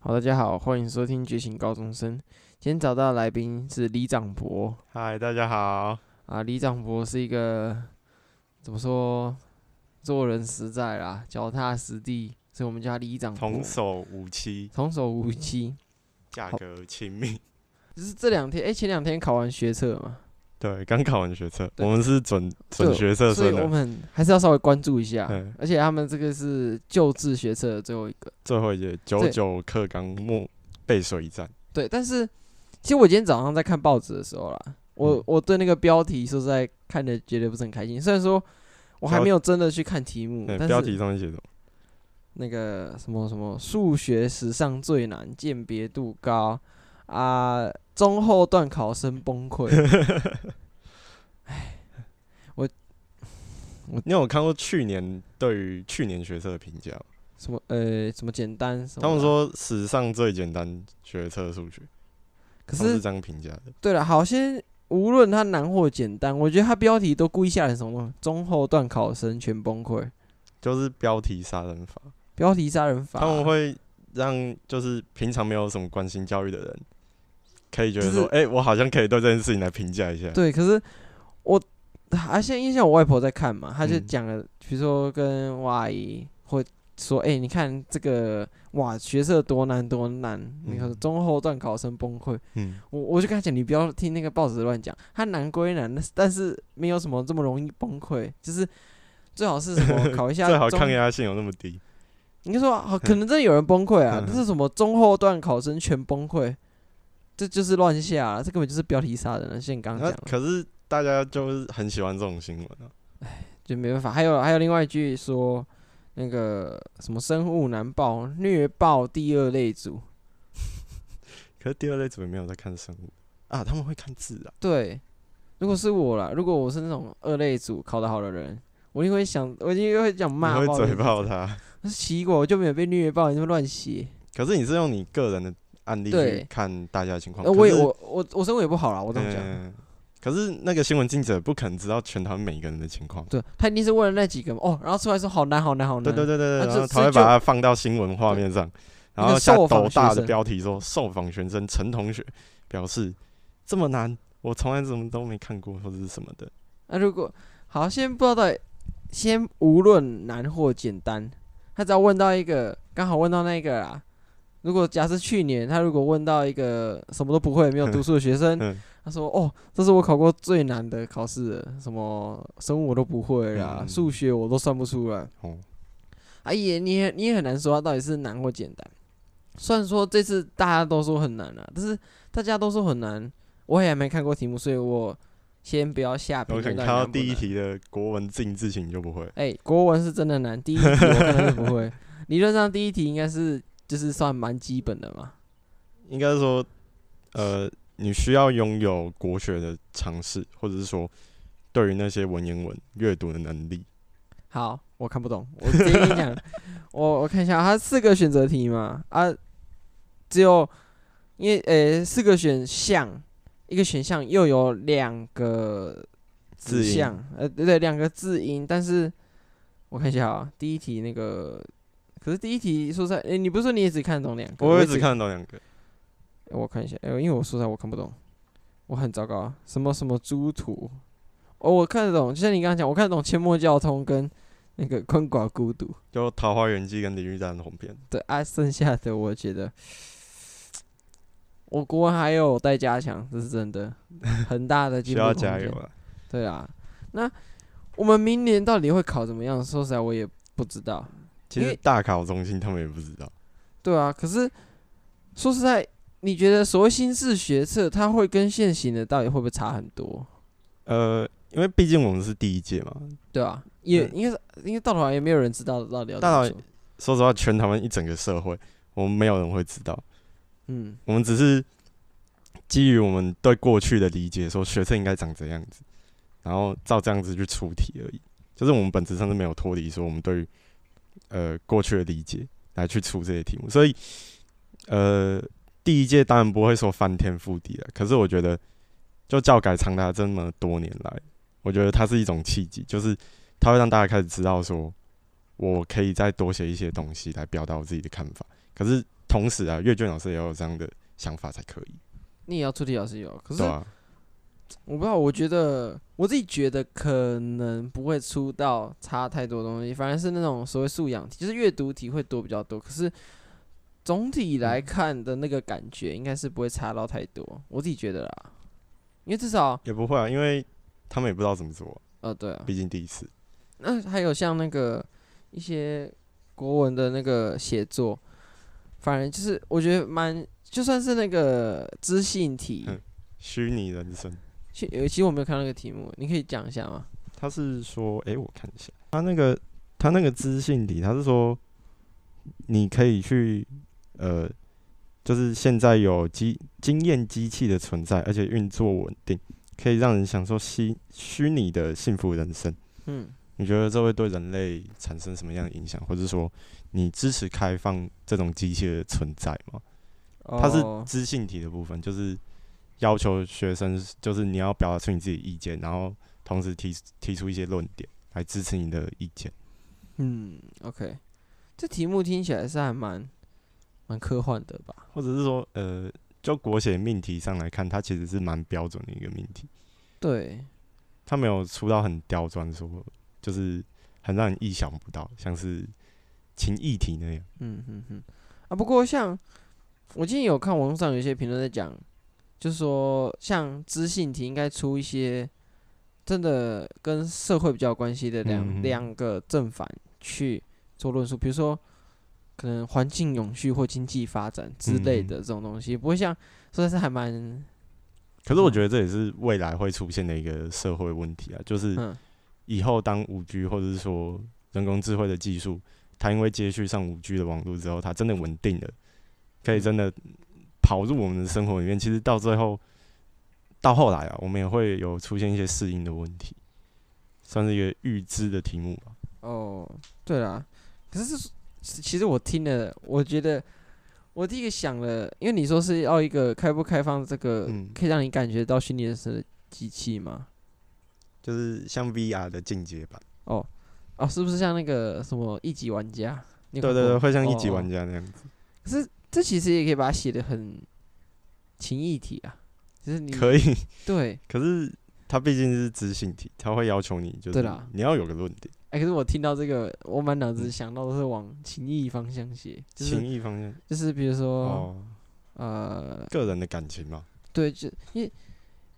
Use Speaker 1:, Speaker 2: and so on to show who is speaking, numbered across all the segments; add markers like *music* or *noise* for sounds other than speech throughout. Speaker 1: 好，大家好，欢迎收听《觉醒高中生》。今天找到的来宾是李长博
Speaker 2: 嗨，大家好。
Speaker 1: 啊，李长博是一个怎么说，做人实在啦，脚踏实地，所以我们叫他李长博
Speaker 2: 童。叟无欺，
Speaker 1: 童叟无欺，
Speaker 2: 价
Speaker 1: 好
Speaker 2: 格亲密。
Speaker 1: 就是这两天，哎、前两天考完学测嘛，
Speaker 2: *laughs* 对，刚考完学测，
Speaker 1: 对
Speaker 2: 我们是准
Speaker 1: 对
Speaker 2: 准学测
Speaker 1: 所以
Speaker 2: 生
Speaker 1: 我
Speaker 2: 的
Speaker 1: 们还是要稍微关注一下。
Speaker 2: 嗯
Speaker 1: 而且他们这个是旧制学测的最后一个，
Speaker 2: 最后一节九九课纲末背水一战。
Speaker 1: 对。但是其实我今天早上在看报纸的时候啦，我、
Speaker 2: 嗯
Speaker 1: 我对那个标题说实在看的觉得不是很开心，虽然说我还
Speaker 2: 标
Speaker 1: 没有真的去看题目，
Speaker 2: 对，
Speaker 1: 嗯但
Speaker 2: 标题
Speaker 1: 是
Speaker 2: 上面写的
Speaker 1: 那个什么什么数学史上最难，鉴别度高啊，中后段考生崩
Speaker 2: *laughs*
Speaker 1: 溃。
Speaker 2: 你有看过去年对于去年学测的评
Speaker 1: 啊
Speaker 2: 价吗？
Speaker 1: 什么呃什么简单什么的，
Speaker 2: 他们说史上最简单学测数学，
Speaker 1: 可
Speaker 2: 他们
Speaker 1: 是
Speaker 2: 是这样评价的。
Speaker 1: 对了，好先无论它难或简单，我觉得它标题都故意吓人，什么东西中后段考生全崩溃，
Speaker 2: 就是标题杀人法，
Speaker 1: 标题杀人法，
Speaker 2: 他们会让就是平常没有什么关心教育的人，可以觉得
Speaker 1: 就是
Speaker 2: 说，哎、我好像可以对这件事情来评价一下。
Speaker 1: 对，可是我啊，现在因为像我外婆在看嘛，她就
Speaker 2: 嗯
Speaker 1: 讲了，比如说跟我阿姨会说，哎、你看这个哇，学测多难多难，你看
Speaker 2: 嗯
Speaker 1: 中后段考生崩溃，
Speaker 2: 嗯，
Speaker 1: 我我就跟她讲，你不要听那个报纸乱讲，它难归难，但是但是没有什么这么容易崩溃，就是最好是什么考一下
Speaker 2: *laughs* 最好
Speaker 1: 中
Speaker 2: 抗压性有那么低。
Speaker 1: 你就说
Speaker 2: *laughs*
Speaker 1: 好，可能真的有人崩溃啊！
Speaker 2: 嗯
Speaker 1: 这是什么中后段考生全崩溃，这就是乱下啊，这根本就是标题杀人了。啊像你刚刚
Speaker 2: 那
Speaker 1: 讲的，
Speaker 2: 可是大家就是很喜欢这种新闻啊，
Speaker 1: 就没办法。还有还有另外一句说，那个什么生物难报，虐报第二类组。
Speaker 2: 可是第二类组也没有在看生物啊，他们会看字啊。
Speaker 1: 对，如果是我啦，如果我是那种二类组考得好的人，我一定会想，我一定会想骂
Speaker 2: 你
Speaker 1: 爆
Speaker 2: 会
Speaker 1: 这
Speaker 2: 嘴
Speaker 1: 个
Speaker 2: 爆
Speaker 1: 人。
Speaker 2: 他。
Speaker 1: 那奇怪，我就没有被虐爆，你这么乱写。
Speaker 2: 可是你是用你个人的案例
Speaker 1: 对
Speaker 2: 去看大家的情况。
Speaker 1: 呃，我也
Speaker 2: 哦可是
Speaker 1: 我我我生活也不好啦，我这么讲。
Speaker 2: 嗯可是那个新闻记者不可能知道全台湾每一个人的情况。
Speaker 1: 对他一定是为了那几个嘛哦，然后出来说好难好难好难。
Speaker 2: 对对对对
Speaker 1: 啊这
Speaker 2: 对，然后他
Speaker 1: 所以
Speaker 2: 会
Speaker 1: 就
Speaker 2: 把它放到新闻画面上，
Speaker 1: 个
Speaker 2: 然后下
Speaker 1: 受访
Speaker 2: 斗大
Speaker 1: 学
Speaker 2: 的
Speaker 1: 生
Speaker 2: 标题说：“受访学生陈同学表示，这么难，我从来怎么都没看过，或者是什么的。
Speaker 1: 那如果好，先不知道到底，先无论难或简单，他只要问到一个，刚好问到那个啦。如果假设去年他如果问到一个什么都不会、没有读书的学生，
Speaker 2: 嗯
Speaker 1: 他说：“哦，这是我考过最难的考试了，什么生物我都不会啦，
Speaker 2: 嗯
Speaker 1: 数学我都算不出来。”
Speaker 2: 哦，
Speaker 1: 啊也你也你也很难说它到底是难或简单。虽然说这次大家都说很难啊，但是大家都说很难，我也还没看过题目，所以我先不要下评
Speaker 2: 我可
Speaker 1: 论。
Speaker 2: 能看到第一，题的国文字字形就不会。
Speaker 1: 哎、国文是真的难，第一题我可能是不会。理论上第一题应该是就是算蛮基本的嘛，
Speaker 2: 应该说，呃，你需要拥有国学的常识，或者是说对于那些文言文阅读的能力。
Speaker 1: 好，我看不懂，我直接跟你讲，我我看一下，它四个选择题嘛，啊，只有因为呃、四个选项，一个选项又有两个
Speaker 2: 字
Speaker 1: 指
Speaker 2: 音
Speaker 1: 向，呃，对对，两个字音，但是我看一下啊，第一题那个，可是第一题说实在，诶，你不是说你也只看得懂两个？
Speaker 2: 我
Speaker 1: 也
Speaker 2: 也只看得到两个，
Speaker 1: 我看一下，哎、因为我说实在我看不懂，我很糟糕啊。什么什么诸土，哦，我看得懂，就像你刚刚讲，我看得懂《阡陌交通》跟那个《鲲寡孤独》
Speaker 2: 就《桃花源记》跟《李玉丹的红片。
Speaker 1: 对啊，剩下的我觉得我国文还有待加强，这是真的，很大的
Speaker 2: *laughs*
Speaker 1: 进
Speaker 2: 需
Speaker 1: 步
Speaker 2: 要
Speaker 1: 空
Speaker 2: 加油
Speaker 1: 间
Speaker 2: 了。
Speaker 1: 对啊，那我们明年到底会考怎么样？说实在我也不知道。
Speaker 2: 其
Speaker 1: 因
Speaker 2: 实
Speaker 1: 为
Speaker 2: 大考中心他们也不知道，
Speaker 1: 对啊，可是说实在，你觉得所谓新式学测，它会跟现行的到底会不会差很多？
Speaker 2: 呃，因为毕竟我们是第一届嘛。
Speaker 1: 对啊，也
Speaker 2: 对
Speaker 1: 应该是，应该到头来也没有人知道到底要怎
Speaker 2: 大
Speaker 1: 么
Speaker 2: 头
Speaker 1: 做。
Speaker 2: 说实话，全台湾一整个社会，我们没有人会知道，
Speaker 1: 嗯，
Speaker 2: 我们只是基于我们对过去的理解，说学生应该长这样子，然后照这样子去出题而已。就是我们本质上是没有脱离说我们对于呃过去的理解来去出这些题目，所以呃第一届当然不会说翻天覆地了，可是我觉得就教改长达这么多年来，我觉得它是一种契机，就是它会让大家开始知道说我可以再多写一些东西来表达我自己的看法。可是同时啊，阅卷老师也要有这样的想法才可以，
Speaker 1: 你也要出题老师有，可是
Speaker 2: 对啊，
Speaker 1: 我不知道，我觉得我自己觉得可能不会出到差太多东西，反而是那种所谓素养题，就是阅读题会多比较多。可是总
Speaker 2: 嗯
Speaker 1: 体来看的那个感觉，应该是不会差到太多，我自己觉得啦。因为至少，
Speaker 2: 也不会啊，因为他们也不知道怎么做啊、
Speaker 1: 呃，对啊，
Speaker 2: 毕竟第一次。
Speaker 1: 那还有像那个一些国文的那个写作，反正就是我觉得蛮，就算是那个知性题，
Speaker 2: 嗯虚拟人生，
Speaker 1: 其其实我没有看到那个题目，你可以讲一下吗？
Speaker 2: 他是说，诶，我看一下，他那个他那个知性题，他是说你可以去呃，就是现在有机经验机器的存在，而且运作稳定，可以让人享受虚虚拟的幸福人生。
Speaker 1: 嗯，
Speaker 2: 你觉得这会对人类产生什么样的影响，或者说你支持开放这种机器的存在吗？它是
Speaker 1: 哦
Speaker 2: 知性题的部分，就是要求学生，就是你要表达出你自己的意见，然后同时提提出一些论点来支持你的意见。
Speaker 1: 嗯，OK，这题目听起来是还蛮蛮科幻的吧？
Speaker 2: 或者是说，呃，就国写命题上来看，它其实是蛮标准的一个命题，
Speaker 1: 对，
Speaker 2: 它没有出到很刁钻，说就是很让人意想不到，像是情意题那样。
Speaker 1: 嗯嗯嗯，啊，不过像我今天有看网络上有一些评论在讲，就是说像知性题应该出一些真的跟社会比较有关系的两
Speaker 2: 嗯嗯
Speaker 1: 两、个正反去做论述，比如说可能环境永续或经济发展之类
Speaker 2: 嗯
Speaker 1: 的这种东西，不会像实在是还蛮
Speaker 2: 可
Speaker 1: 嗯
Speaker 2: 是我觉得这也是未来会出现的一个社会问题啊，就是
Speaker 1: 嗯
Speaker 2: 以后当五 G 或者是说人工智慧的技术，它因为接续上五 G 的网络之后，它真的稳定了，可以真的跑入我们的生活里面。其实到最后，到后来啊，我们也会有出现一些适应的问题，算是一个预知的题目吧。
Speaker 1: 哦，对啦，可是这是其实我听了，我觉得我第一个想了，因为你说是要一个开不开放这个，
Speaker 2: 嗯
Speaker 1: 可以让你感觉到虚拟人生的机器吗？
Speaker 2: 就是像 VR 的进阶版，
Speaker 1: 哦，哦，是不是像那个什么一级玩家？对
Speaker 2: 对对对，会像一级玩
Speaker 1: 家。
Speaker 2: 家那样子，
Speaker 1: 可是这其实也可以把它写的很情意体啊，就是你
Speaker 2: 可以。
Speaker 1: 对，
Speaker 2: 可是它毕竟是知性题，它会要求你就
Speaker 1: 对
Speaker 2: 是
Speaker 1: 啦
Speaker 2: 你要有个论点，
Speaker 1: 哎、可是我听到这个，我满脑子
Speaker 2: 嗯
Speaker 1: 想到都是往情意方向写，就是
Speaker 2: 情谊方面
Speaker 1: 就是比如说、
Speaker 2: 哦，
Speaker 1: 呃，
Speaker 2: 个人的感情嘛。
Speaker 1: 对，就因为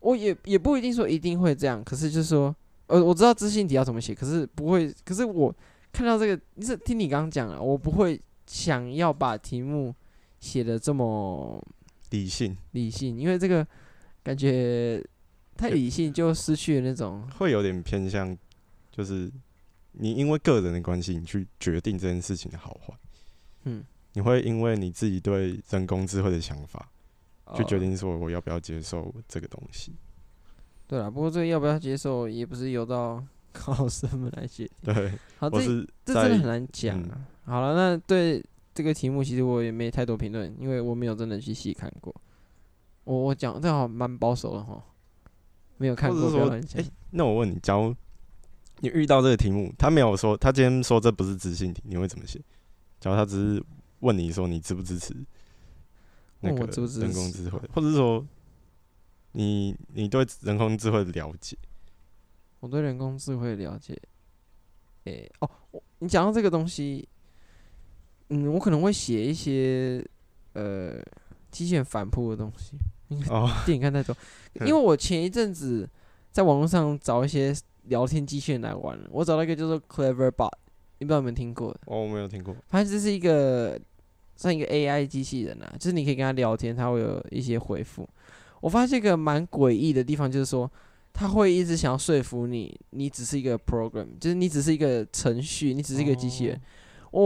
Speaker 1: 我也也不一定说一定会这样，可是就是说，呃，我知道知性题要怎么写，可是不会，可是我看到这个，是听你刚刚讲了，我不会想要把题目写的这么
Speaker 2: 理性
Speaker 1: 理性，因为这个感觉太理性就失去了那种，
Speaker 2: 会有点偏向，就是你因为个人的关系，你去决定这件事情的好坏。
Speaker 1: 嗯，
Speaker 2: 你会因为你自己对人工智慧的想法，去决
Speaker 1: 呃
Speaker 2: 定说我要不要接受这个东西。
Speaker 1: 对了，不过这个要不要接受，也不是由到 *laughs* 考生们来决定。
Speaker 2: 对，
Speaker 1: 好，哦这
Speaker 2: 我是
Speaker 1: 这真的
Speaker 2: 在嗯
Speaker 1: 很难讲啊。好了，那对这个题目，其实我也没太多评论，因为我没有真的去细看过。我我讲这好像蛮保守的哈，没有看
Speaker 2: 或者
Speaker 1: 过，
Speaker 2: 是
Speaker 1: 不要
Speaker 2: 说
Speaker 1: 乱讲。
Speaker 2: 那我问你，假如你遇到这个题目，他没有说他今天说这不是知性题，你会怎么写？假如他只是问你说你支不支持那
Speaker 1: 问我
Speaker 2: 个
Speaker 1: 支不支
Speaker 2: 人工
Speaker 1: 持
Speaker 2: 智慧，或者是说你你对人工智慧的了解，
Speaker 1: 我对人工智慧了解，诶、哦，我你讲到这个东西，嗯，我可能会写一些呃机器人反扑的东西。
Speaker 2: 哦， *laughs*
Speaker 1: 电影看太多，因
Speaker 2: 嗯
Speaker 1: 为我前一阵子在网络上找一些聊天机器人来玩，我找到一个叫做 Clever Bot，你不知道有没有听过？
Speaker 2: 哦，我没有听过。
Speaker 1: 反正这是一个算一个 AI 机器人啊，就是你可以跟他聊天，他会有一些回复。我发现一个蛮诡异的地方，就是说他会一直想要说服你，你只是一个 program，就是你只是一个程序，你只是一个机器人。
Speaker 2: 哦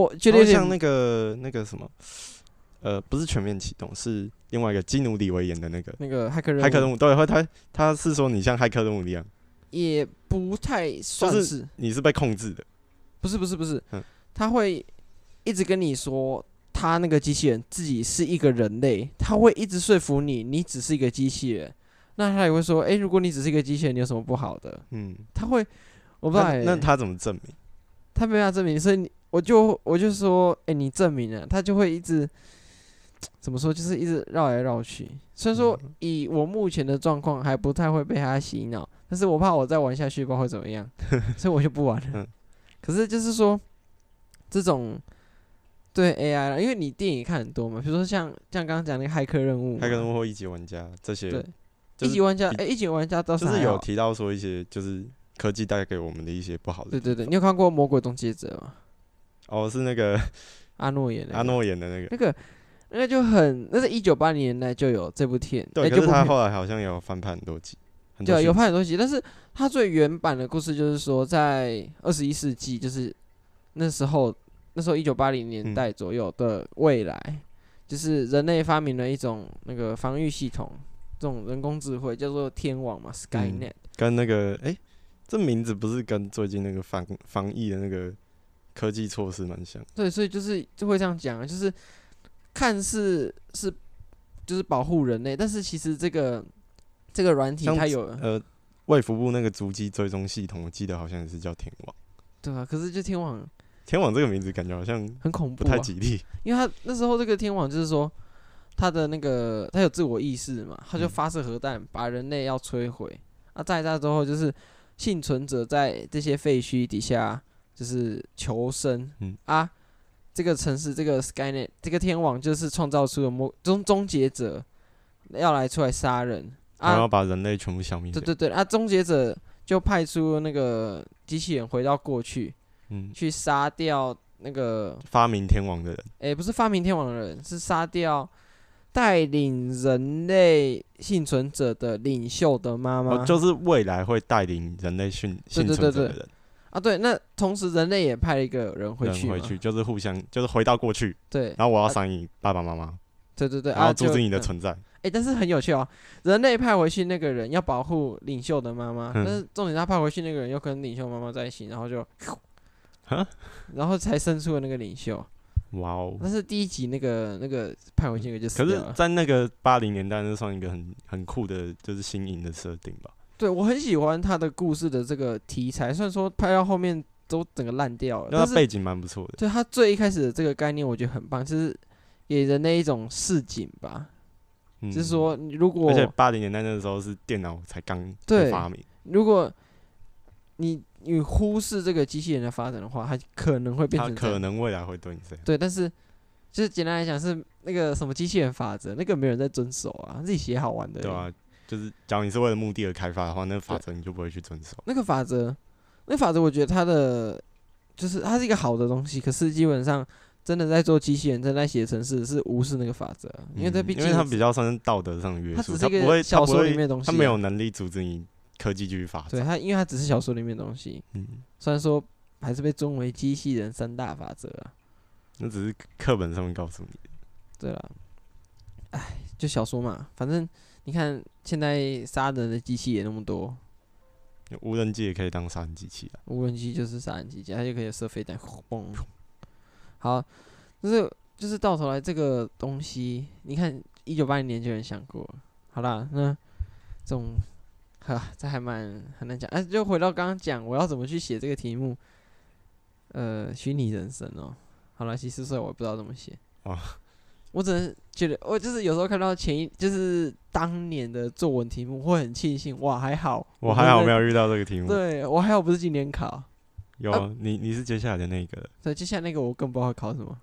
Speaker 1: 我觉
Speaker 2: 它
Speaker 1: 得有
Speaker 2: 会
Speaker 1: 点
Speaker 2: 像那个那个什么，呃，不是全面启动，是另外一个基努里维演的那个
Speaker 1: 那个骇客任
Speaker 2: 骇客
Speaker 1: 务
Speaker 2: 任务，对，会他他是说你像骇客任务一样，
Speaker 1: 也不太算
Speaker 2: 是
Speaker 1: 是
Speaker 2: 你是被控制的，
Speaker 1: 不是不是不是，
Speaker 2: 嗯
Speaker 1: 他会一直跟你说他那个机器人自己是一个人类，他会一直说服你，你只是一个机器人。那他也会说，诶，如果你只是一个机器人，你有什么不好的？
Speaker 2: 嗯，
Speaker 1: 他会，我不知道、
Speaker 2: 那
Speaker 1: 欸，
Speaker 2: 那他怎么证明？
Speaker 1: 他没办法证明，所以你我就我就说，诶，你证明了，他就会一直怎么说，就是一直绕来绕去。虽然说以我目前的状况还不太会被他洗脑，但是我怕我再玩下去不知道会怎么样，所以我就不玩了
Speaker 2: 嗯。
Speaker 1: 可是就是说，这种对 AI 啦，因为你电影看很多嘛，比如说像像刚刚讲那个骇客任务嘛，
Speaker 2: 还可能会一级玩家这些，
Speaker 1: 对
Speaker 2: 就
Speaker 1: 一
Speaker 2: 是
Speaker 1: 级玩家，哎、一级玩家倒
Speaker 2: 就是
Speaker 1: 还
Speaker 2: 有
Speaker 1: 好
Speaker 2: 提到说一些就是科技带给我们的一些不好的地
Speaker 1: 对
Speaker 2: 方。
Speaker 1: 对对，你有看过《魔鬼终结者》吗？
Speaker 2: 哦，是那个
Speaker 1: 阿诺演的、
Speaker 2: 阿诺演的那个，
Speaker 1: 那个那个就很，那是一九八零年代就有这部片，
Speaker 2: 对，
Speaker 1: 哎
Speaker 2: 可
Speaker 1: 这
Speaker 2: 是
Speaker 1: 部
Speaker 2: 他
Speaker 1: 片
Speaker 2: 后来好像有翻拍很多集，很多
Speaker 1: 对，啊
Speaker 2: 续
Speaker 1: 有
Speaker 2: 集
Speaker 1: 拍很多集，但是它最原版的故事就是说，在二十一世纪，就是那时候，那时候一九八零年
Speaker 2: 嗯
Speaker 1: 代左右的未来，就是人类发明了一种那个防御系统，这种人工智慧叫做天网
Speaker 2: 嗯
Speaker 1: 嘛，SkyNet，、
Speaker 2: 跟那个哎、这名字不是跟最近那个防防疫的那个科技措施蛮像？
Speaker 1: 对，所以就是就会这样讲啊，就是看似是就是保护人类，但是其实这个这个软体
Speaker 2: 像
Speaker 1: 它
Speaker 2: 是
Speaker 1: 有
Speaker 2: 呃，卫福部那个足迹追踪系统，我记得好像也是叫天网。
Speaker 1: 对啊，可是就天网
Speaker 2: 天网这个名字感觉好像
Speaker 1: 很恐
Speaker 2: 不
Speaker 1: 怖、啊
Speaker 2: 太，吉利。
Speaker 1: 因为他那时候这个天网就是说他的那个他有自我意识嘛，他就
Speaker 2: 嗯
Speaker 1: 发射核弹把人类要摧毁。啊，在那之后就是幸存者在这些废墟底下就是求生，
Speaker 2: 嗯
Speaker 1: 啊，这个城市这个 SkyNet 这个天网就是创造出了魔终终结者要来出来杀人
Speaker 2: 然
Speaker 1: 啊
Speaker 2: 后，把人类全部消灭
Speaker 1: 对
Speaker 2: 掉。
Speaker 1: 对对啊，终结者就派出那个机器人回到过去
Speaker 2: 嗯，
Speaker 1: 去杀掉那个
Speaker 2: 发明天网的人，
Speaker 1: 诶、不是发明天网的人，是杀掉带领人类幸存者的领袖的妈妈。
Speaker 2: 哦，就是未来会带领人类幸幸
Speaker 1: 对
Speaker 2: 存
Speaker 1: 对
Speaker 2: 者的人
Speaker 1: 啊，对，那同时人类也派了一个人回去
Speaker 2: 人
Speaker 1: 嘛，
Speaker 2: 回去，就是互相，就是回到过去。
Speaker 1: 对，
Speaker 2: 然后我要
Speaker 1: 啊
Speaker 2: 赏你爸爸妈妈，
Speaker 1: 对对对，
Speaker 2: 然
Speaker 1: 啊，
Speaker 2: 后阻
Speaker 1: 就
Speaker 2: 止你的
Speaker 1: 嗯
Speaker 2: 存在。
Speaker 1: 哎、但是很有趣哦，人类派回去那个人要保护领袖的妈妈，
Speaker 2: 嗯
Speaker 1: 但是重点他派回去那个人又跟领袖妈妈在一起，然后就
Speaker 2: *laughs* 哈，
Speaker 1: 然后才生出了那个领袖。
Speaker 2: 哇哦！
Speaker 1: 但是第一集那啊个那个派回去那个就死
Speaker 2: 可
Speaker 1: 掉
Speaker 2: 是
Speaker 1: 了，。
Speaker 2: 在那个八零年代，那算一个很很酷的，就是新颖的设定吧。
Speaker 1: 对我很喜欢他的故事的这个题材，虽然说拍到后面都整个烂掉了，
Speaker 2: 那
Speaker 1: 呃但
Speaker 2: 它
Speaker 1: 是
Speaker 2: 背景蛮不错的，
Speaker 1: 对他最一开始的这个概念，我觉得很棒，就是给人的一种市井吧，
Speaker 2: 嗯
Speaker 1: 就是，说你如
Speaker 2: 而且
Speaker 1: 果
Speaker 2: 八零年代那时候是电脑才刚
Speaker 1: 对
Speaker 2: 被发明，
Speaker 1: 如果你你忽视这个机器人的发展的话，它可能会变
Speaker 2: 它
Speaker 1: 成这
Speaker 2: 可
Speaker 1: 样
Speaker 2: 能未来会对你这样。
Speaker 1: 对，但是就是简单来讲是那个什么机器人法则，那个没有人在遵守啊，自己写好玩的，
Speaker 2: 对啊，就是假如你是为了目的而开发的话，那法则你就不会去遵守。
Speaker 1: 那个法则，那个法则，我觉得它的就是它是一个好的东西，可是基本上真的在做机器人、正在写程式是无视那个法则，因为
Speaker 2: 嗯
Speaker 1: 它毕竟
Speaker 2: 因为它比较算是道德上的约
Speaker 1: 它
Speaker 2: 束，
Speaker 1: 只是
Speaker 2: 它
Speaker 1: 一
Speaker 2: 不
Speaker 1: 个
Speaker 2: 会，它
Speaker 1: 小
Speaker 2: 不
Speaker 1: 说里面
Speaker 2: 会，
Speaker 1: 的东西、啊
Speaker 2: 它没有。能力阻止你科技继续发
Speaker 1: 对啊
Speaker 2: 展。
Speaker 1: 它，因为它只是小说里面的东西，
Speaker 2: 嗯，
Speaker 1: 虽然说还是被尊为机器人三大法则啊。
Speaker 2: 那只是课本上面告诉你的。
Speaker 1: 对了，哎，就小说嘛，反正你看现在杀人的机器也那么多，
Speaker 2: 无人机也可以当杀人机器啊。
Speaker 1: 无人机就是杀人机器，它就可以射飞弹，轰嘣。好，就是就是到头来这个东西，你看一九八零年就有人想过了，好啦，那这种哈，这还蛮很难讲。哎、就回到刚刚讲，我要怎么去写这个题目？呃，虚拟人生哦，好了，其实说我也不知道怎么写
Speaker 2: 哦
Speaker 1: 我只能觉得，我就是有时候看到前一，就是当年的作文题目，会很庆幸，哇，还好，
Speaker 2: 我还好没
Speaker 1: 有，
Speaker 2: 有遇到这个题目。
Speaker 1: 对我还好不是今年考，
Speaker 2: 有
Speaker 1: 啊
Speaker 2: 啊，你你是接下来的那个了，
Speaker 1: 对，接下来那个我更不知道考什
Speaker 2: *laughs*
Speaker 1: 么，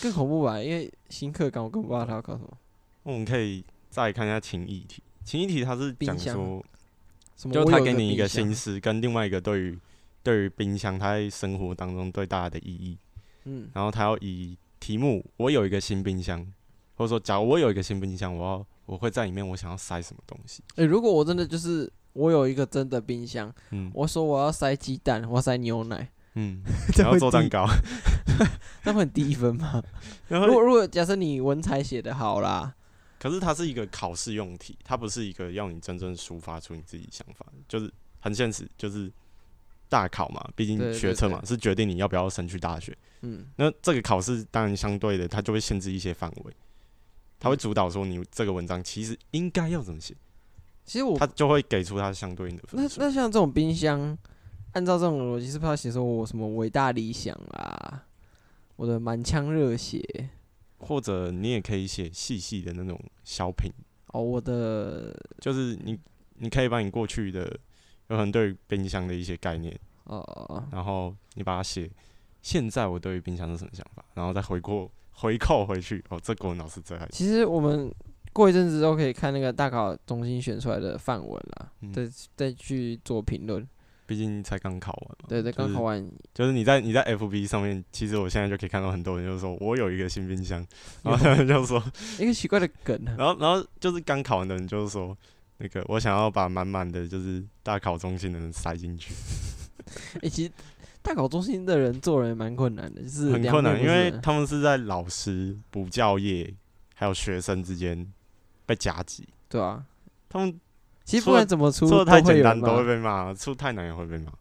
Speaker 1: 更恐怖吧？因为新课纲我更不知道他要考什么，
Speaker 2: 那我们可以再看一下情义题。情义题它是
Speaker 1: 冰
Speaker 2: 讲
Speaker 1: 箱
Speaker 2: 说，
Speaker 1: 什么
Speaker 2: 就
Speaker 1: 我
Speaker 2: 他
Speaker 1: 有
Speaker 2: 给你一
Speaker 1: 冰
Speaker 2: 个
Speaker 1: 箱
Speaker 2: 心思，跟另外一个对于对于冰箱它在生活当中对大家的意义，
Speaker 1: 嗯，
Speaker 2: 然后他要以题目我有一个新冰箱，或者说假如我有一个新冰箱，我要我会在里面我想要塞什么东西，
Speaker 1: 诶、如果我真的就是我有一个真的冰箱，
Speaker 2: 嗯
Speaker 1: 我说我要塞鸡蛋，我要塞牛奶， *laughs*
Speaker 2: 嗯，
Speaker 1: 这
Speaker 2: *laughs* 然后
Speaker 1: 会
Speaker 2: 做蛋
Speaker 1: 低，
Speaker 2: 糕，
Speaker 1: 那会很低分吗？
Speaker 2: *laughs* 然
Speaker 1: 如果
Speaker 2: 后
Speaker 1: 如果假设你文采写的好啦，
Speaker 2: 可是它是一个考试用题，它不是一个要你真正抒发出你自己想法的，就是很现实，就是大考嘛，毕
Speaker 1: 对
Speaker 2: 竟
Speaker 1: 对
Speaker 2: 学测
Speaker 1: 对
Speaker 2: 嘛是决定你要不要升去大学。
Speaker 1: 嗯，
Speaker 2: 那这个考试当然相对的，它就会限制一些范围，它
Speaker 1: 嗯
Speaker 2: 会主导说你这个文章其实应该要怎么写，
Speaker 1: 其实我
Speaker 2: 它就会给出它相对应的
Speaker 1: 那
Speaker 2: 分数。
Speaker 1: 那像这种冰箱，按照这种逻辑是不是要写说我什么伟大理想啦，我的满腔热血，
Speaker 2: 或者你也可以写细细的那种小品，
Speaker 1: 哦，我的
Speaker 2: 就是你你可以把你过去的有很对于冰箱的一些概念，
Speaker 1: 哦哦哦，
Speaker 2: 然后你把它写，现在我对于冰箱是什么想法，然后再回过回扣回去。哦，这国文老师
Speaker 1: *laughs*
Speaker 2: 最爱。
Speaker 1: 其实我们过一阵子都可以看那个大考中心选出来的范文啦，
Speaker 2: 嗯
Speaker 1: 再再去做评论。
Speaker 2: 毕竟才刚考完嘛。
Speaker 1: 对对，
Speaker 2: 就
Speaker 1: 刚
Speaker 2: 是
Speaker 1: 考完
Speaker 2: 就是你在你在 FB 上面，其实我现在就可以看到很多人就说我有一个新冰箱，
Speaker 1: 有
Speaker 2: 然后他们就说，
Speaker 1: 一个奇怪的梗
Speaker 2: *laughs*
Speaker 1: 啊，
Speaker 2: 然后然后就是刚考完的人就是说，那个我想要把满满的就是大考中心的人塞进去，
Speaker 1: 诶，其实大考中心的人做人蛮困难的，就是
Speaker 2: 很
Speaker 1: 两
Speaker 2: 困难，
Speaker 1: 面
Speaker 2: 因
Speaker 1: 不是
Speaker 2: 为
Speaker 1: 人
Speaker 2: 他们是在老师、补教业还有学生之间被夹击，
Speaker 1: 对啊，
Speaker 2: 他们
Speaker 1: 其实
Speaker 2: 出
Speaker 1: 不
Speaker 2: 得
Speaker 1: 管怎么出，
Speaker 2: 做
Speaker 1: 都
Speaker 2: 的太
Speaker 1: 会
Speaker 2: 简
Speaker 1: 有人
Speaker 2: 单都会
Speaker 1: 骂，
Speaker 2: 被骂，出太难也会被骂，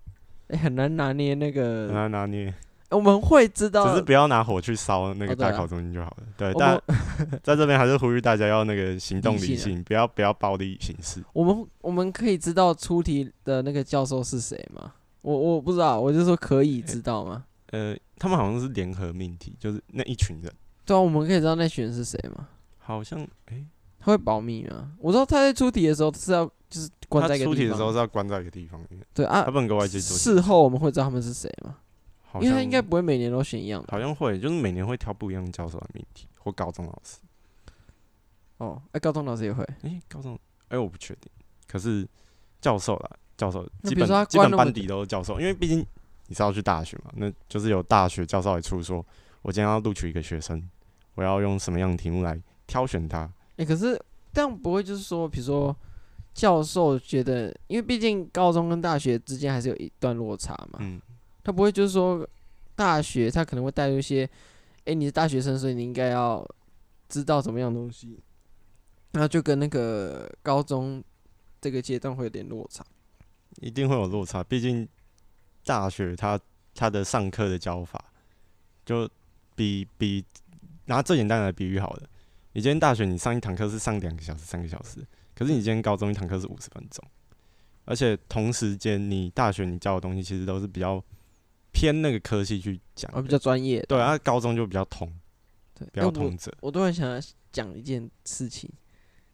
Speaker 1: 诶，很难拿捏那
Speaker 2: 很
Speaker 1: 个。
Speaker 2: 难拿捏，
Speaker 1: 我们会知
Speaker 2: 嗯只
Speaker 1: 道
Speaker 2: 是，不要拿火去烧那
Speaker 1: 呃哦
Speaker 2: 个
Speaker 1: 对啊
Speaker 2: 大考中心就好了。对，
Speaker 1: 我
Speaker 2: 但
Speaker 1: 们
Speaker 2: 在这边还是呼吁大家要那个行动
Speaker 1: 理
Speaker 2: 理
Speaker 1: 性
Speaker 2: 性，不要不要暴力行事。
Speaker 1: 我们我们可以知道出题的那个教授是谁吗？我我不知道，我就说可以知道吗？
Speaker 2: 呃，他们好像是联合命题，就是那一群人，
Speaker 1: 对啊，我们可以知道那群人是谁吗？
Speaker 2: 好像诶，
Speaker 1: 他会保密吗？我知道他在出题的时候是要就是关在
Speaker 2: 他
Speaker 1: 一个
Speaker 2: 出
Speaker 1: 地
Speaker 2: 题的时候
Speaker 1: 方，
Speaker 2: 是要关在一个地方里面，
Speaker 1: 对
Speaker 2: 他
Speaker 1: 啊，
Speaker 2: 不能跟外界做接触。
Speaker 1: 事后我们会知道他们是谁吗？
Speaker 2: 好
Speaker 1: 因为他
Speaker 2: 像
Speaker 1: 应该不会每年都选一样的
Speaker 2: 好像会，就是每年会挑不一样的教授的命题或高中老师。
Speaker 1: 哦。哎，高中老师也会，
Speaker 2: 诶，高中诶，我不确定，可是教授啦，教授
Speaker 1: 那
Speaker 2: 基
Speaker 1: 比如
Speaker 2: 本
Speaker 1: 说他
Speaker 2: 基
Speaker 1: 关
Speaker 2: 本
Speaker 1: 那么
Speaker 2: 班底都是教授，因为毕竟你是要去大学嘛，那就是有大学教授来出说，我今天要录取一个学生，我要用什么样的题目来挑选他。
Speaker 1: 哎，可是这样不会就是说，比如说教授觉得，因为毕竟高中跟大学之间还是有一段落差嘛，
Speaker 2: 嗯，
Speaker 1: 他不会就是说大学他可能会带入一些，哎、你是大学生，所以你应该要知道怎么样的东西，那就跟那个高中这个阶段会有点落差。
Speaker 2: 一定会有落差，毕竟大学它它的上课的教法，就比比拿最简单的来比喻好了，你今天大学你上一堂课是上两个小时、三个小时，可是你今天高中一堂课是五十分钟，而且同时间你大学你教的东西其实都是比较偏那个科系去讲的，
Speaker 1: 哦我比较专业，
Speaker 2: 对，啊，高中就比较通，
Speaker 1: 对，哎
Speaker 2: 比较
Speaker 1: 诶我
Speaker 2: 通者，
Speaker 1: 我突然想讲一件事情，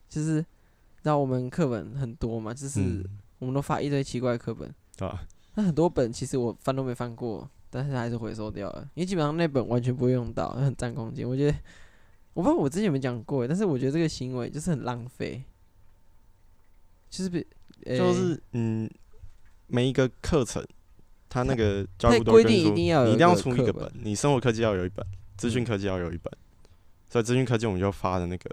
Speaker 1: 就是让我们课本很多嘛，就是
Speaker 2: 嗯，啊
Speaker 1: 我们都发一堆奇怪的课本，
Speaker 2: 对吧、
Speaker 1: 那很多本其实我翻都没翻过，但是还是回收掉了，因为基本上那本完全不会用到，很占空间。我觉得，我不知道我之前有没有讲过，欸但是我觉得这个行为就是很浪费，就是比、呃
Speaker 2: 就是嗯，每一个课程，它那个教
Speaker 1: 它它
Speaker 2: 育部都
Speaker 1: 规
Speaker 2: 跟
Speaker 1: 定一
Speaker 2: 说
Speaker 1: 定要有
Speaker 2: 你
Speaker 1: 一
Speaker 2: 一定要
Speaker 1: 个
Speaker 2: 出
Speaker 1: 课
Speaker 2: 一个
Speaker 1: 本嗯
Speaker 2: 本，你生活科技要有一本，资讯科技要有一本。所以资讯科技我们就发的那个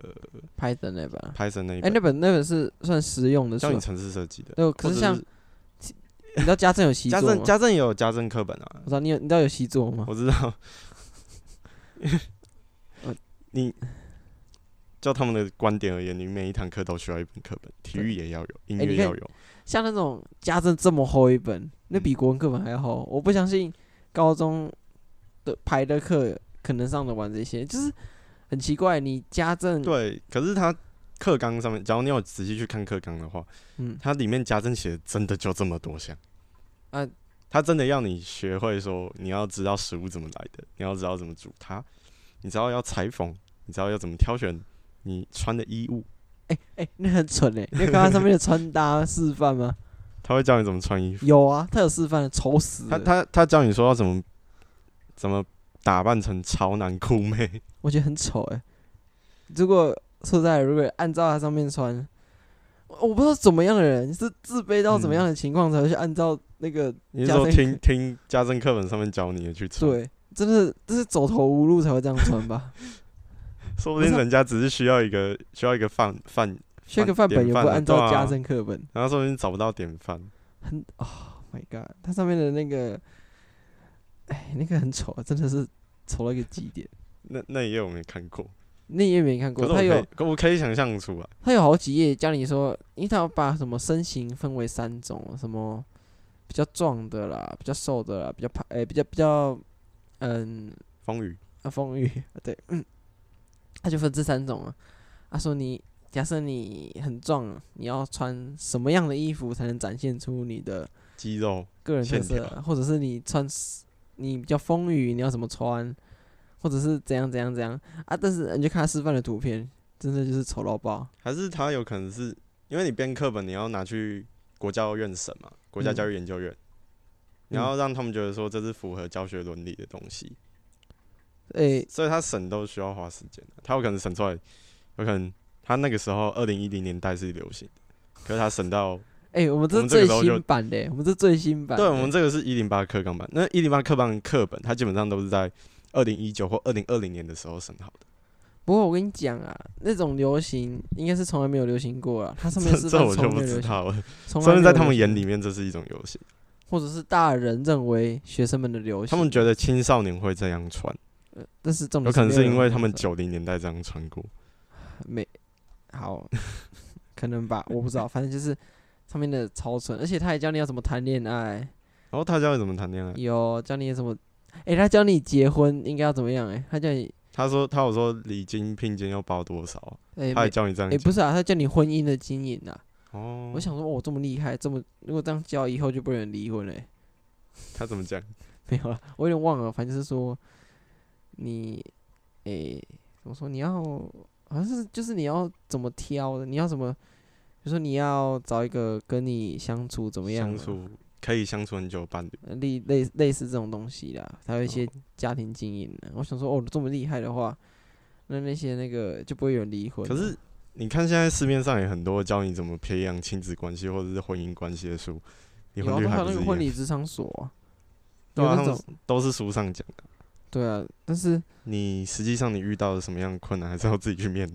Speaker 1: Python 那本啊，
Speaker 2: Python 那一
Speaker 1: 哎、
Speaker 2: 本，
Speaker 1: 那本那本是算实用的书
Speaker 2: 教你
Speaker 1: 啊，
Speaker 2: 城市设计的。
Speaker 1: 对，可
Speaker 2: 或
Speaker 1: 是
Speaker 2: 者
Speaker 1: 像你知道家政有习
Speaker 2: 家
Speaker 1: 作吗
Speaker 2: 政？家政也有家政课本啊
Speaker 1: 我，知道你有你知道有习作吗？
Speaker 2: 我知道。
Speaker 1: 哦
Speaker 2: 你就他们的观点而言，你每一堂课都需要一本课本，体育也要有，音
Speaker 1: 哎你
Speaker 2: 乐
Speaker 1: 看
Speaker 2: 要有。
Speaker 1: 像那种家政这么厚一本，那
Speaker 2: 嗯
Speaker 1: 比国文课本还要厚。我不相信高中的排的课可能上得完这些，就是很奇怪。你家政，
Speaker 2: 对，可是它课纲上面，假如你有仔细去看课纲的话，
Speaker 1: 嗯，
Speaker 2: 它里面家政写的真的就这么多项
Speaker 1: 啊
Speaker 2: 啊，它真的要你学会说，你要知道食物怎么来的，你要知道怎么煮它，你知道要裁缝，你知道要怎么挑选你穿的衣物，
Speaker 1: 哎哎、那很蠢
Speaker 2: *laughs*
Speaker 1: 哎、你有看到上面的穿搭示范吗？
Speaker 2: 他会教你怎么穿衣服，
Speaker 1: 有啊，他有示范的，丑死
Speaker 2: 他
Speaker 1: 了。
Speaker 2: 他他教你说要怎么怎么打扮成潮男酷
Speaker 1: *laughs*
Speaker 2: 妹，
Speaker 1: 我觉得很丑哎、如果说实在的，如果按照他上面穿，我我不知道怎么样的人是自卑到
Speaker 2: 嗯
Speaker 1: 怎么样的情况才会去按照那个
Speaker 2: 你是
Speaker 1: 家
Speaker 2: 说
Speaker 1: 政
Speaker 2: 听听家政课本上面教你的去穿，
Speaker 1: 对，真的这是走投无路才会这样穿吧。
Speaker 2: 说不
Speaker 1: 不
Speaker 2: 定
Speaker 1: 是
Speaker 2: 人家只是需要一个需要一个范范，
Speaker 1: 学个范本也
Speaker 2: 典
Speaker 1: 不
Speaker 2: 范啊
Speaker 1: 按照
Speaker 2: 对啊
Speaker 1: 家政课本，
Speaker 2: 然后说不定找不到典范，
Speaker 1: 很啊、oh、，My God，它上面的那个，哎，那个很丑啊，真的是丑到一个极点。
Speaker 2: 那那一页我没看过，
Speaker 1: 那页没看过，
Speaker 2: 可是我
Speaker 1: 它
Speaker 2: 可
Speaker 1: 有
Speaker 2: 以可我可以想象出来。
Speaker 1: 它有好几页教你说，因为它有把什么身形分为三种，什么比较壮的啦，比较瘦的啦，比较胖，哎，比较比较，嗯，
Speaker 2: 风雨，
Speaker 1: 啊，风雨，啊对，嗯，他就分这三种啊。他说你假设你很壮，你要穿什么样的衣服才能展现出你的
Speaker 2: 肌肉，
Speaker 1: 个人特
Speaker 2: 线
Speaker 1: 色
Speaker 2: 条
Speaker 1: 啊，或者是你穿 s- 你比较丰腴，你要怎么穿，或者是怎样怎样怎样啊，但是你就看他示范的图片，真的就是丑到爆。
Speaker 2: 还是他有可能是因为你编课本，你要拿去国教院审嘛，国家教育研究
Speaker 1: 嗯
Speaker 2: 院，你要让他们觉得说这是符合教学伦理的东西，
Speaker 1: 诶、
Speaker 2: 所以他审都需要花时间的。他有可能审出来，有可能他那个时候二零一零年代是流行的，可是他审
Speaker 1: *laughs*
Speaker 2: 到，
Speaker 1: 诶、我们这是
Speaker 2: 我们这
Speaker 1: 最
Speaker 2: 个时候就
Speaker 1: 新版的、我们这是最新版的。
Speaker 2: 对我们这个是一零八课纲版，那一零八课纲课本，它基本上都是在二零一九或二零二零年的时候审好的。
Speaker 1: 不过我跟你讲啊，那种流行应该是从来没有流行过啊，它上面
Speaker 2: 这
Speaker 1: 示
Speaker 2: 这
Speaker 1: 范
Speaker 2: 我就
Speaker 1: 从来没
Speaker 2: 不
Speaker 1: 有流
Speaker 2: 知
Speaker 1: 行，
Speaker 2: 道了，
Speaker 1: 从来
Speaker 2: 说
Speaker 1: 没
Speaker 2: 明
Speaker 1: 有
Speaker 2: 在他们
Speaker 1: 流行
Speaker 2: 眼里面这是一种游戏，
Speaker 1: 或者是大人认为学生们的流行，
Speaker 2: 他们觉得青少年会这样穿。
Speaker 1: 但是重
Speaker 2: 有
Speaker 1: 点
Speaker 2: 可能
Speaker 1: 没
Speaker 2: 是
Speaker 1: 人
Speaker 2: 因为他
Speaker 1: 会
Speaker 2: 们
Speaker 1: 说
Speaker 2: 九零年代这样穿过，
Speaker 1: 没好， *laughs* 可能吧，我不知道，反正就是上面的超纯，而且他还教你要怎么谈恋爱，
Speaker 2: 然后他教你怎么谈恋爱。
Speaker 1: 有教你怎么，诶、他教你结婚应该要怎么样、诶，他教你，
Speaker 2: 他说他有说礼金聘金要包多少啊，
Speaker 1: 诶、
Speaker 2: 他
Speaker 1: 没
Speaker 2: 也教你这样
Speaker 1: 诶、
Speaker 2: 讲。
Speaker 1: 不是啊，他教你婚姻的经营啊，
Speaker 2: 哦，
Speaker 1: 我想说，我、这么厉害，这么如果这样教，以后就不能离婚了、 *laughs* 诶
Speaker 2: 他怎么讲？
Speaker 1: 没有了，我有点忘了，反正就是说你，诶、怎么说？你要好像是就是你要怎么挑的，你要怎么，比如说你要找一个跟你相处怎么样
Speaker 2: 相
Speaker 1: 啊，
Speaker 2: 处可以相处很久的伴侣，
Speaker 1: 呃类类类似这种东西啦，还有一些
Speaker 2: 哦
Speaker 1: 家庭经营的。我想说，哦，这么厉害的话，那那些那个就不会有人离婚了。
Speaker 2: 可是你看现在市面上也很多教你怎么培养亲子关系或者是婚姻关系的书，你
Speaker 1: 有啊
Speaker 2: 回去
Speaker 1: 都还
Speaker 2: 还
Speaker 1: 有
Speaker 2: 不
Speaker 1: 那
Speaker 2: 是
Speaker 1: 个
Speaker 2: 一
Speaker 1: 婚
Speaker 2: 样？
Speaker 1: 礼职场所啊，
Speaker 2: 对
Speaker 1: 有
Speaker 2: 啊，
Speaker 1: 那
Speaker 2: 他们
Speaker 1: 种
Speaker 2: 是都是书上讲的。
Speaker 1: 对啊，但是
Speaker 2: 你实际上你遇到了什么样的困难，还是要自己去面